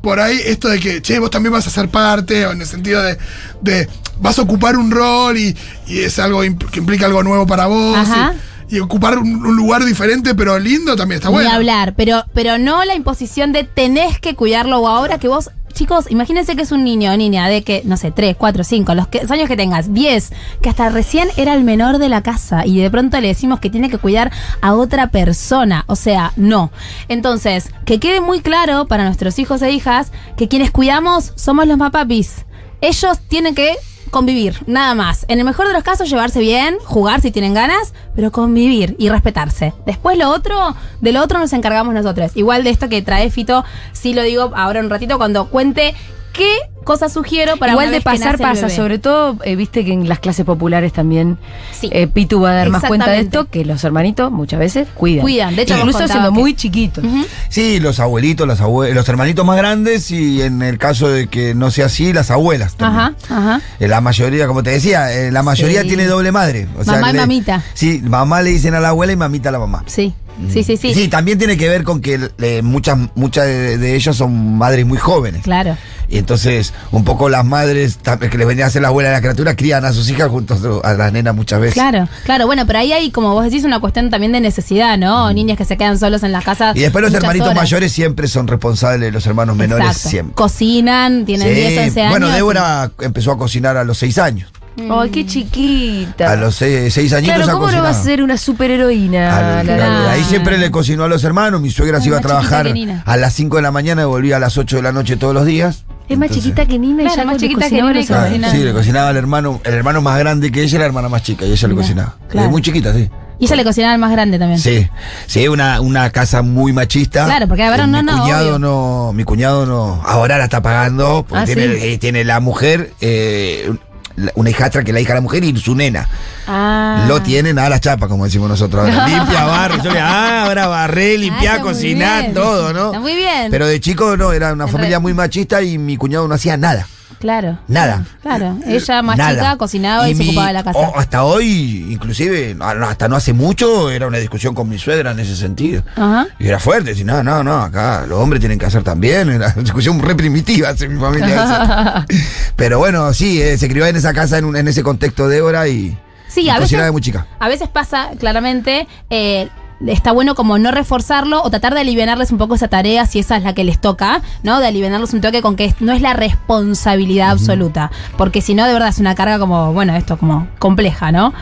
[SPEAKER 5] por ahí esto de que, che, vos también vas a ser parte, o en el sentido de, de vas a ocupar un rol y, y es algo imp- que implica algo nuevo para vos.
[SPEAKER 3] Ajá.
[SPEAKER 5] Y, y ocupar un, un lugar diferente, pero lindo también está
[SPEAKER 3] Ni
[SPEAKER 5] bueno.
[SPEAKER 3] hablar, pero, pero no la imposición de tenés que cuidarlo o ahora que vos, chicos, imagínense que es un niño o niña de que, no sé, 3, 4, 5, los que- los años que tengas, 10, que hasta recién era el menor de la casa y de pronto le decimos que tiene que cuidar a otra persona, o sea, no. Entonces, que quede muy claro para nuestros hijos e hijas que quienes cuidamos somos los mapapis. Ellos tienen que convivir, nada más. En el mejor de los casos, llevarse bien, jugar si tienen ganas, pero convivir y respetarse. Después lo otro, de lo otro nos encargamos nosotros. Igual de esto que trae Fito, sí lo digo ahora un ratito cuando cuente qué cosas sugiero para
[SPEAKER 2] Igual
[SPEAKER 3] una
[SPEAKER 2] de
[SPEAKER 3] vez que
[SPEAKER 2] pasar
[SPEAKER 3] nace el
[SPEAKER 2] pasa,
[SPEAKER 3] bebé.
[SPEAKER 2] sobre todo, eh, viste que en las clases populares también
[SPEAKER 3] Sí.
[SPEAKER 2] eh, Pitu va a dar más cuenta de
[SPEAKER 3] Exactamente.
[SPEAKER 2] esto, que los hermanitos muchas veces cuidan.
[SPEAKER 3] Cuidan, de hecho vos
[SPEAKER 2] Incluso
[SPEAKER 3] contabas
[SPEAKER 2] siendo
[SPEAKER 3] que-
[SPEAKER 2] muy chiquitos.
[SPEAKER 6] Sí, los abuelitos, las abue- los hermanitos más grandes y en el caso de que no sea así, las abuelas. también.
[SPEAKER 3] Ajá, ajá.
[SPEAKER 6] Eh, La mayoría, como te decía, eh, la mayoría
[SPEAKER 3] Sí.
[SPEAKER 6] tiene doble madre. O sea,
[SPEAKER 3] Mamá y
[SPEAKER 6] le-
[SPEAKER 3] mamita.
[SPEAKER 6] Sí, mamá le dicen a la abuela y mamita a la mamá.
[SPEAKER 3] Sí. Sí, sí, sí.
[SPEAKER 6] Sí, también tiene que ver con que eh, muchas, muchas de, de ellas son madres muy jóvenes.
[SPEAKER 3] Claro.
[SPEAKER 6] Y entonces, un poco las madres tam- que les venía a hacer la abuela de la criatura crían a sus hijas junto a, su- a las nenas muchas veces.
[SPEAKER 3] Claro, claro, bueno, pero ahí hay, como vos decís, una cuestión también de necesidad, ¿no? Niñas que se quedan solos en las casas.
[SPEAKER 6] Mm. Y después los
[SPEAKER 3] muchas
[SPEAKER 6] hermanitos
[SPEAKER 3] horas.
[SPEAKER 6] mayores siempre son responsables de los hermanos menores
[SPEAKER 3] Exacto.
[SPEAKER 6] siempre.
[SPEAKER 3] Cocinan, tienen 10, 11 años.
[SPEAKER 6] Bueno, Débora empezó a cocinar a los seis años.
[SPEAKER 2] Ay, qué chiquita.
[SPEAKER 6] A los seis, seis añitos
[SPEAKER 2] claro,
[SPEAKER 6] ya
[SPEAKER 2] ¿cómo no
[SPEAKER 6] cocinaba.
[SPEAKER 2] vas a ser una superheroína?
[SPEAKER 6] Al-
[SPEAKER 2] la-
[SPEAKER 3] claro.
[SPEAKER 6] al-
[SPEAKER 2] la-
[SPEAKER 6] ahí siempre le cocinó a los hermanos. Mi suegra se
[SPEAKER 3] Ay,
[SPEAKER 6] iba a
[SPEAKER 3] más chiquita
[SPEAKER 6] trabajar
[SPEAKER 3] que Nina.
[SPEAKER 6] a las 5 de la mañana y volvía a las 8 de la noche todos los días.
[SPEAKER 2] Es más
[SPEAKER 6] Entonces-
[SPEAKER 2] chiquita que Nina y
[SPEAKER 3] Claro,
[SPEAKER 2] ya
[SPEAKER 3] más
[SPEAKER 2] con-
[SPEAKER 3] chiquita que
[SPEAKER 2] cocinaba
[SPEAKER 3] Nina y
[SPEAKER 2] los
[SPEAKER 6] Claro,
[SPEAKER 2] hermanos.
[SPEAKER 3] cocinaba.
[SPEAKER 6] sí, le cocinaba al hermano, el hermano más grande que ella, la hermana más chica, y ella le
[SPEAKER 3] Mirá,
[SPEAKER 6] cocinaba.
[SPEAKER 3] claro.
[SPEAKER 6] Desde muy chiquita, sí.
[SPEAKER 3] Y ella le cocinaba al más grande también.
[SPEAKER 6] Sí, sí, una, una casa muy machista.
[SPEAKER 3] Claro, porque de varón
[SPEAKER 6] Eh,
[SPEAKER 3] no,
[SPEAKER 6] Mi
[SPEAKER 3] no,
[SPEAKER 6] cuñado
[SPEAKER 3] obvio.
[SPEAKER 6] no, mi cuñado no, ahora la está pagando, porque
[SPEAKER 2] Ah,
[SPEAKER 6] tiene,
[SPEAKER 2] sí.
[SPEAKER 6] eh, tiene la mujer, eh, la- una hijastra que es la hija de la mujer y su nena.
[SPEAKER 3] Ah.
[SPEAKER 6] Lo tienen a la chapa, como decimos nosotros.
[SPEAKER 3] [laughs]
[SPEAKER 6] ahora. Limpia, barre, yo le- ah, ahora barré, limpiá,
[SPEAKER 3] está muy
[SPEAKER 6] cociná,
[SPEAKER 3] bien.
[SPEAKER 6] todo, ¿no?
[SPEAKER 3] Está muy bien.
[SPEAKER 6] Pero de chico no, era una
[SPEAKER 3] En
[SPEAKER 6] familia
[SPEAKER 3] realidad.
[SPEAKER 6] muy machista y mi cuñado no hacía nada.
[SPEAKER 3] Claro.
[SPEAKER 6] Nada.
[SPEAKER 3] Claro. Ella más
[SPEAKER 6] Nada.
[SPEAKER 3] chica cocinaba y, se
[SPEAKER 6] mi- Oh,
[SPEAKER 3] ocupaba de la casa.
[SPEAKER 6] o- hasta hoy, inclusive, no, no, hasta no hace mucho, era una discusión con mi suegra en ese sentido.
[SPEAKER 3] Ajá.
[SPEAKER 6] Y era fuerte, si no, no, no, acá los hombres tienen que hacer también. Era una discusión re primitiva hace
[SPEAKER 3] [laughs]
[SPEAKER 6] mi familia. eso. Pero bueno, sí, eh, se crió en esa casa, en, un- en ese contexto de Débora y,
[SPEAKER 3] Sí,
[SPEAKER 6] y
[SPEAKER 3] a
[SPEAKER 6] cocinaba de
[SPEAKER 3] veces,
[SPEAKER 6] muy chica.
[SPEAKER 3] a veces pasa claramente. eh, Está bueno como no reforzarlo o tratar de aliviarles un poco esa tarea si esa es la que les toca, ¿no? De aliviarles un toque con que es- no es la responsabilidad absoluta. Porque si no, de verdad es una carga como, bueno, esto como compleja, ¿no?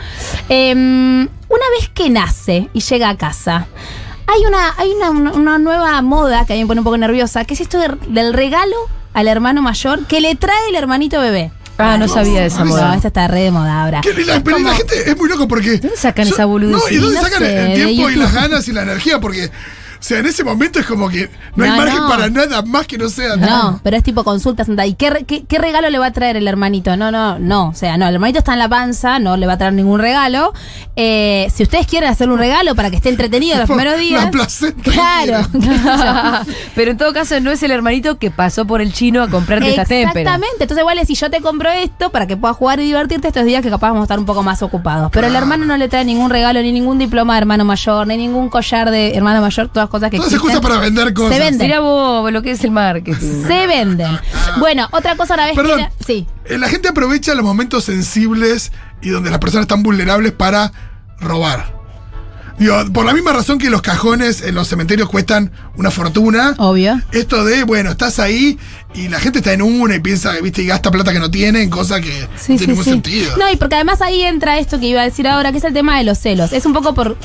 [SPEAKER 3] Em, una vez que nace y llega a casa, Hay una, hay una, una nueva moda que a mí me pone un poco nerviosa, que es esto de- del regalo al hermano mayor que le trae el hermanito bebé.
[SPEAKER 2] Ah, no sabía de esa
[SPEAKER 3] No,
[SPEAKER 2] moda.
[SPEAKER 3] esta está re de moda ahora.
[SPEAKER 5] Que la, pero la gente es muy loco porque.
[SPEAKER 2] dónde sacan
[SPEAKER 5] Yo-
[SPEAKER 2] esa boludez?
[SPEAKER 5] No, y dónde
[SPEAKER 3] No
[SPEAKER 5] sacan
[SPEAKER 3] sé,
[SPEAKER 5] el
[SPEAKER 3] de
[SPEAKER 5] tiempo y
[SPEAKER 3] YouTube.
[SPEAKER 5] las ganas y la energía, porque. O sea, en ese momento es como que no hay
[SPEAKER 3] No,
[SPEAKER 5] margen
[SPEAKER 3] no.
[SPEAKER 5] para nada más que no sea. [laughs]
[SPEAKER 3] No, pero es tipo consulta sentada. ¿Y qué, re- qué, qué regalo le va a traer el hermanito? No, no, no. O sea, no, el hermanito está en la panza, no le va a traer ningún regalo. Eh, si ustedes quieren hacerle un regalo para que esté entretenido
[SPEAKER 5] [laughs]
[SPEAKER 3] los primeros días.
[SPEAKER 5] La placenta.
[SPEAKER 3] Claro. qué sé
[SPEAKER 2] [laughs]
[SPEAKER 3] yo.
[SPEAKER 5] [laughs]
[SPEAKER 2] Pero en todo caso, no es el hermanito que pasó por el chino a comprarte esta témpera.
[SPEAKER 3] Exactamente. Entonces, igual es, si yo te compro esto para que puedas jugar y divertirte estos días que capaz vamos a estar un poco más ocupados. Pero el hermano no le trae ningún regalo, ni ningún diploma de hermano mayor, ni ningún collar de hermano mayor, todas cosas [laughs] que
[SPEAKER 5] Todas
[SPEAKER 3] existen.
[SPEAKER 5] excusas para vender cosas.
[SPEAKER 3] Se venden.
[SPEAKER 2] Mira vos lo que es el marketing.
[SPEAKER 3] Se venden. Bueno, otra cosa una vez
[SPEAKER 5] Perdón.
[SPEAKER 3] que era- Sí.
[SPEAKER 5] Eh, La gente aprovecha los momentos sensibles y donde las personas están vulnerables para robar. Digo, por la misma razón que los cajones en los cementerios cuestan una fortuna.
[SPEAKER 2] Oh.
[SPEAKER 3] Obvio.
[SPEAKER 5] Esto de, bueno, estás ahí y la gente está en una y piensa, viste, y gasta plata que no tiene en cosas que no tiene ningún sentido.
[SPEAKER 3] No, y porque además ahí entra esto que iba a decir ahora, que es el tema de los celos. Es un poco por,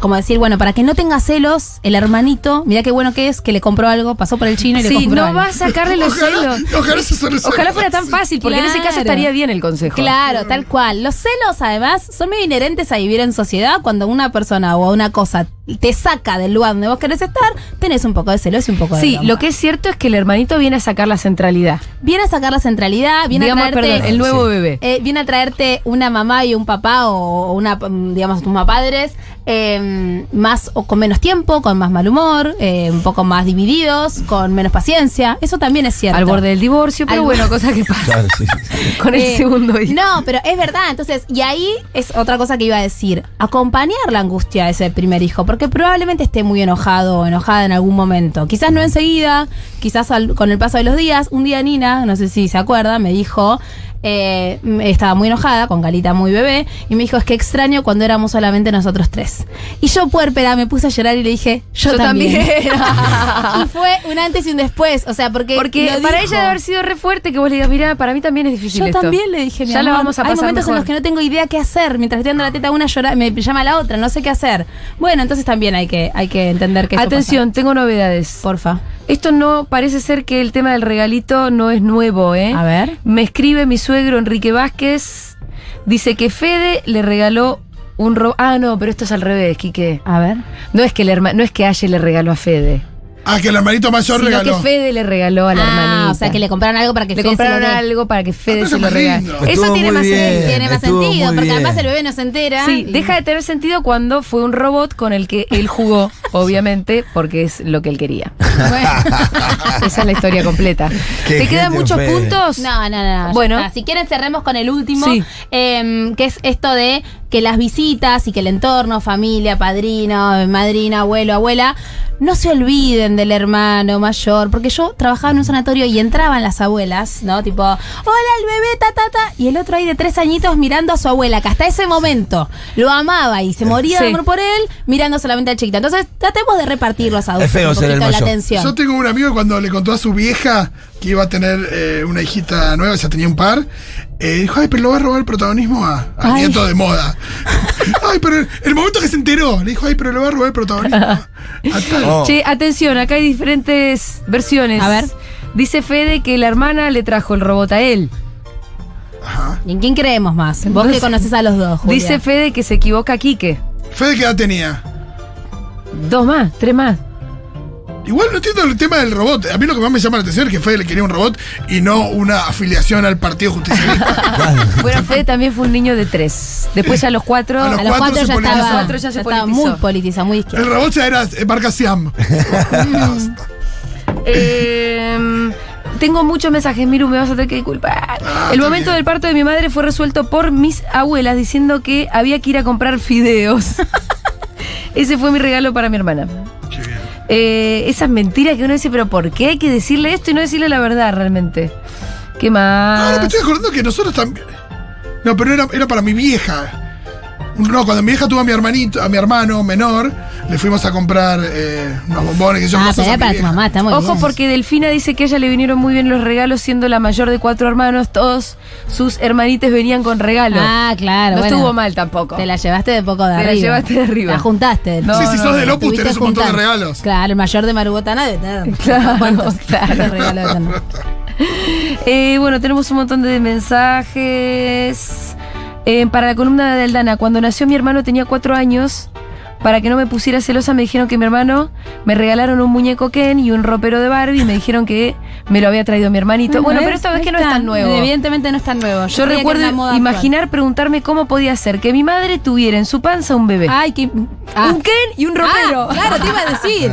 [SPEAKER 3] como decir, bueno, para que no tenga celos, el hermanito, mirá qué bueno que es, que le compró algo, pasó por el chino y le
[SPEAKER 2] Sí,
[SPEAKER 3] compró
[SPEAKER 2] no
[SPEAKER 3] algo.
[SPEAKER 2] va a sacarle los
[SPEAKER 5] Ojalá-
[SPEAKER 2] celos.
[SPEAKER 5] ojalá se solucione.
[SPEAKER 2] Ojalá fuera tan fácil, porque en ese caso
[SPEAKER 3] Claro.
[SPEAKER 2] estaría bien el consejo.
[SPEAKER 3] Claro, tal cual. Los celos, además, son medio inherentes a vivir en sociedad. Cuando una persona o una cosa te saca del lugar donde vos querés estar, tenés un poco de celos y un poco de.
[SPEAKER 2] Sí,
[SPEAKER 3] bronca.
[SPEAKER 2] lo que es cierto es que el hermanito viene a sacar la centralidad.
[SPEAKER 3] Viene a sacar la centralidad, viene
[SPEAKER 2] Digamos,
[SPEAKER 3] a traerte.
[SPEAKER 2] perdón, el nuevo bebé.
[SPEAKER 3] Eh, viene a traerte una mamá y un papá o una mm, digamos tus padres eh, más o con menos tiempo con más mal humor eh, un poco más divididos con menos paciencia eso también es cierto
[SPEAKER 2] Al borde del divorcio, pero
[SPEAKER 3] Al-
[SPEAKER 2] bueno, cosa que
[SPEAKER 3] [laughs]
[SPEAKER 2] pasa
[SPEAKER 6] Claro, sí, sí,
[SPEAKER 2] [laughs]
[SPEAKER 6] sí.
[SPEAKER 2] con el
[SPEAKER 3] Eh,
[SPEAKER 2] segundo hijo.
[SPEAKER 3] No, pero es verdad. Entonces, y ahí es otra cosa que iba a decir. Acompañar la angustia de ese primer hijo, porque probablemente esté muy enojado o enojada en algún momento. Quizás no enseguida, quizás al- con el paso de los días. Un día Nina, no sé si se acuerda, me dijo... eh, estaba muy enojada, con Galita muy bebé, y me dijo, es que extraño cuando éramos solamente nosotros tres. Y yo, puérpera, me puse a llorar y le dije, yo, también. [laughs] y fue un antes y un después, o sea, porque...
[SPEAKER 2] Porque
[SPEAKER 3] lo
[SPEAKER 2] para
[SPEAKER 3] dijo.
[SPEAKER 2] ella debe haber sido re fuerte que vos le digas, mira, para mí también es difícil
[SPEAKER 3] Yo
[SPEAKER 2] esto.
[SPEAKER 3] también le dije, mi
[SPEAKER 2] Ya lo
[SPEAKER 3] amor,
[SPEAKER 2] vamos a
[SPEAKER 3] Hay
[SPEAKER 2] pasar
[SPEAKER 3] momentos en
[SPEAKER 2] mejor.
[SPEAKER 3] los que no tengo idea qué hacer. Mientras estoy dando la teta a una, llora, me llama la otra, no sé qué hacer. Bueno, entonces también hay que, hay que entender que esto
[SPEAKER 2] Atención, tengo novedades.
[SPEAKER 3] pasa. porfa.
[SPEAKER 2] Esto no parece ser que el tema del regalito no es nuevo, ¿eh?
[SPEAKER 3] A ver.
[SPEAKER 2] Me escribe mi suegro Enrique Vázquez. Dice que Fede le regaló un ro Ah, no, pero esto es al revés, Quique.
[SPEAKER 3] A ver.
[SPEAKER 2] No es que el herma- no es que Aye le regaló a Fede.
[SPEAKER 5] Ah, que el hermanito mayor
[SPEAKER 2] sino
[SPEAKER 5] regaló.
[SPEAKER 2] que Fede le regaló a la hermanita.
[SPEAKER 3] Ah, o sea, que le compraron algo para que
[SPEAKER 2] Le
[SPEAKER 3] Fede se
[SPEAKER 2] compraron
[SPEAKER 3] lo dé.
[SPEAKER 2] algo para que Fede
[SPEAKER 5] pero
[SPEAKER 2] se
[SPEAKER 5] es
[SPEAKER 2] lo
[SPEAKER 5] más
[SPEAKER 2] regale.
[SPEAKER 5] lindo.
[SPEAKER 2] Eso
[SPEAKER 6] Estuvo
[SPEAKER 2] tiene
[SPEAKER 6] muy
[SPEAKER 2] más
[SPEAKER 6] bien.
[SPEAKER 2] sentido.
[SPEAKER 3] Tiene más
[SPEAKER 6] Estuvo
[SPEAKER 3] sentido,
[SPEAKER 6] muy
[SPEAKER 3] porque
[SPEAKER 6] bien.
[SPEAKER 3] además el bebé no se entera.
[SPEAKER 2] Sí,
[SPEAKER 3] y-
[SPEAKER 2] deja de tener sentido cuando fue un robot con el que él
[SPEAKER 3] [laughs]
[SPEAKER 2] jugó, obviamente, porque es lo que él quería.
[SPEAKER 3] Bueno.
[SPEAKER 2] Esa es la historia completa.
[SPEAKER 6] Qué
[SPEAKER 2] ¿Te quedan
[SPEAKER 6] genio,
[SPEAKER 2] muchos
[SPEAKER 6] Fede.
[SPEAKER 2] puntos?
[SPEAKER 3] No, no, no. ya
[SPEAKER 2] Bueno.
[SPEAKER 3] está. Si quieren cerremos con el último,
[SPEAKER 2] Sí.
[SPEAKER 3] em, que es esto de que las visitas y que el entorno, familia, padrino, madrina, abuelo, abuela, no se olviden del hermano mayor, porque yo trabajaba en un sanatorio y entraban las abuelas, ¿no? Tipo, hola el bebé, ta, ta, ta, y el otro ahí de tres añitos mirando a su abuela, que hasta ese momento lo amaba y se moría de
[SPEAKER 2] Sí.
[SPEAKER 3] amor por él, mirando solamente al chiquito. Entonces, tratemos de repartir los adultos
[SPEAKER 6] feo
[SPEAKER 3] un
[SPEAKER 6] ser el
[SPEAKER 3] poquito la
[SPEAKER 6] mayor.
[SPEAKER 3] atención.
[SPEAKER 5] Yo tengo un amigo que cuando le contó a su vieja que iba a tener eh, una hijita nueva, ya tenía un par, eh, dijo, ay, pero lo va a robar el protagonismo a, al
[SPEAKER 3] Ay.
[SPEAKER 5] nieto de moda. [laughs] ay, pero el, el momento que se enteró, le dijo, ay, pero le va a robar el protagonismo a
[SPEAKER 2] [laughs]
[SPEAKER 5] tal".
[SPEAKER 6] Oh.
[SPEAKER 2] Che, atención, acá hay diferentes versiones.
[SPEAKER 3] A ver.
[SPEAKER 2] Dice Fede que la hermana le trajo el robot a él.
[SPEAKER 5] Ajá.
[SPEAKER 3] ¿Y en quién creemos más? Vos que conoces a los dos, Julia.
[SPEAKER 2] Dice Fede que se equivoca Quique.
[SPEAKER 5] Fede, ¿qué edad tenía?
[SPEAKER 2] Dos más, tres
[SPEAKER 3] [laughs]
[SPEAKER 2] más.
[SPEAKER 5] Igual no entiendo el tema del robot. A mí lo que más me llama la atención es que Fede le quería un robot y no una afiliación al Partido Justicialista.
[SPEAKER 2] Bueno, Fede también fue un niño de tres. Después a los cuatro.
[SPEAKER 5] A los
[SPEAKER 3] A los cuatro,
[SPEAKER 5] cuatro se
[SPEAKER 3] ya
[SPEAKER 5] politizó.
[SPEAKER 3] estaba,
[SPEAKER 2] A los cuatro ya se
[SPEAKER 3] estaba
[SPEAKER 2] politizó.
[SPEAKER 3] muy politizado, muy
[SPEAKER 5] el
[SPEAKER 3] izquierda.
[SPEAKER 5] robot ya era eh, marca Siam.
[SPEAKER 2] Eh, tengo muchos mensajes, Miru, me vas a tener que disculpar.
[SPEAKER 5] Ah,
[SPEAKER 2] El
[SPEAKER 5] está
[SPEAKER 2] momento
[SPEAKER 5] bien.
[SPEAKER 2] del parto de mi madre fue resuelto por mis abuelas diciendo que había que ir a comprar
[SPEAKER 5] [laughs]
[SPEAKER 2] fideos. Ese fue mi regalo para mi hermana.
[SPEAKER 5] Qué bien.
[SPEAKER 2] Eh, esas mentiras que uno dice, pero ¿por qué hay que decirle esto y no decirle la verdad realmente? ¿Qué
[SPEAKER 5] Ahora
[SPEAKER 2] más?
[SPEAKER 5] me Ah, estoy acordando que nosotros también. No, pero era, era para mi vieja. No, cuando mi vieja tuvo a mi hermanito, a mi hermano menor, le fuimos a comprar eh, unos bombones que yo
[SPEAKER 3] Ah,
[SPEAKER 5] cosas a
[SPEAKER 3] tarea
[SPEAKER 5] mi
[SPEAKER 3] para tu
[SPEAKER 5] vieja.
[SPEAKER 3] mamá, está muy
[SPEAKER 2] Ojo
[SPEAKER 3] bien.
[SPEAKER 2] porque Delfina dice que a ella le vinieron muy bien los regalos, siendo la mayor de cuatro hermanos, todos sus hermanites venían con regalos.
[SPEAKER 3] Ah, claro.
[SPEAKER 2] no
[SPEAKER 3] bueno.
[SPEAKER 2] estuvo mal tampoco.
[SPEAKER 3] Te la llevaste de poco de
[SPEAKER 2] Te la
[SPEAKER 3] arriba.
[SPEAKER 2] llevaste de arriba.
[SPEAKER 3] La juntaste.
[SPEAKER 2] No,
[SPEAKER 5] sí, si
[SPEAKER 2] no,
[SPEAKER 5] sos
[SPEAKER 2] no,
[SPEAKER 5] del Opus
[SPEAKER 3] Tuviste
[SPEAKER 5] tenés un montón de
[SPEAKER 3] juntar.
[SPEAKER 5] regalos.
[SPEAKER 3] Claro, el mayor de Marugotana debe tener.
[SPEAKER 2] [laughs] Claro,
[SPEAKER 3] ¿Cuántos?
[SPEAKER 2] claro.
[SPEAKER 3] ¿Cuántos regalos tener?
[SPEAKER 2] Eh, bueno, tenemos un montón de mensajes. Eh, para la columna de Aldana, cuando nació mi hermano tenía cuatro años. Para que no me pusiera celosa me dijeron que mi hermano me regalaron un muñeco Ken y un ropero de Barbie y me dijeron que me lo había traído mi hermanito. bueno, pero esta vez que no es tan nuevo.
[SPEAKER 3] Evidentemente no es tan nuevo.
[SPEAKER 2] Yo
[SPEAKER 3] creía que era
[SPEAKER 2] recuerdo
[SPEAKER 3] una moda actual.
[SPEAKER 2] imaginar preguntarme cómo podía ser que mi madre tuviera en su panza un bebé.
[SPEAKER 3] Ay, qué. ah.
[SPEAKER 2] Un Ken y un ropero.
[SPEAKER 3] Ah, claro, te iba a decir.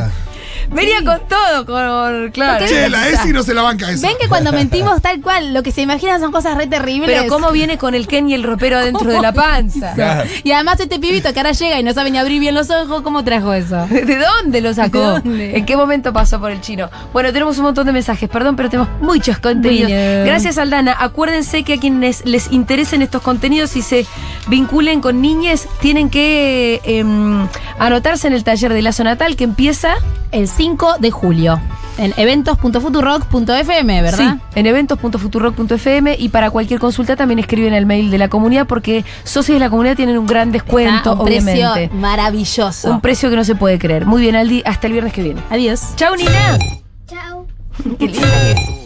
[SPEAKER 2] Venía con todo, con claro.
[SPEAKER 5] Ah. Che, la ESI no se la banca esa.
[SPEAKER 3] Ven que cuando mentimos tal cual, lo que se imaginan son cosas re terribles.
[SPEAKER 2] Pero cómo viene con el Ken y el ropero dentro
[SPEAKER 3] [laughs]
[SPEAKER 2] de la panza.
[SPEAKER 3] Y además este pibito que ahora llega y no sabe ni abrir bien los ojos, ¿cómo trajo
[SPEAKER 2] [laughs]
[SPEAKER 3] eso?
[SPEAKER 2] ¿De dónde lo sacó?
[SPEAKER 3] ¿De dónde?
[SPEAKER 2] ¿En qué momento pasó por el chino? Bueno, tenemos un montón de mensajes, perdón, pero tenemos muchos contenidos.
[SPEAKER 3] Bueno.
[SPEAKER 2] Gracias, Aldana. Acuérdense que a quienes les interesen estos contenidos y se vinculen con niñes, tienen que em, anotarse en el taller de Lazo Natal que empieza
[SPEAKER 3] El 5 de julio. En eventos.futurock.fm, ¿verdad?
[SPEAKER 2] Sí, en eventos.futurock.fm y para cualquier consulta también escriben al mail de la comunidad porque socios de la comunidad tienen un gran descuento,
[SPEAKER 3] Está Ah, un precio
[SPEAKER 2] obviamente.
[SPEAKER 3] maravilloso.
[SPEAKER 2] Un precio que no se puede creer. Muy bien, Aldi, hasta el viernes que viene.
[SPEAKER 3] Adiós.
[SPEAKER 2] Chau, Nina.
[SPEAKER 4] Chao.
[SPEAKER 2] Qué linda que-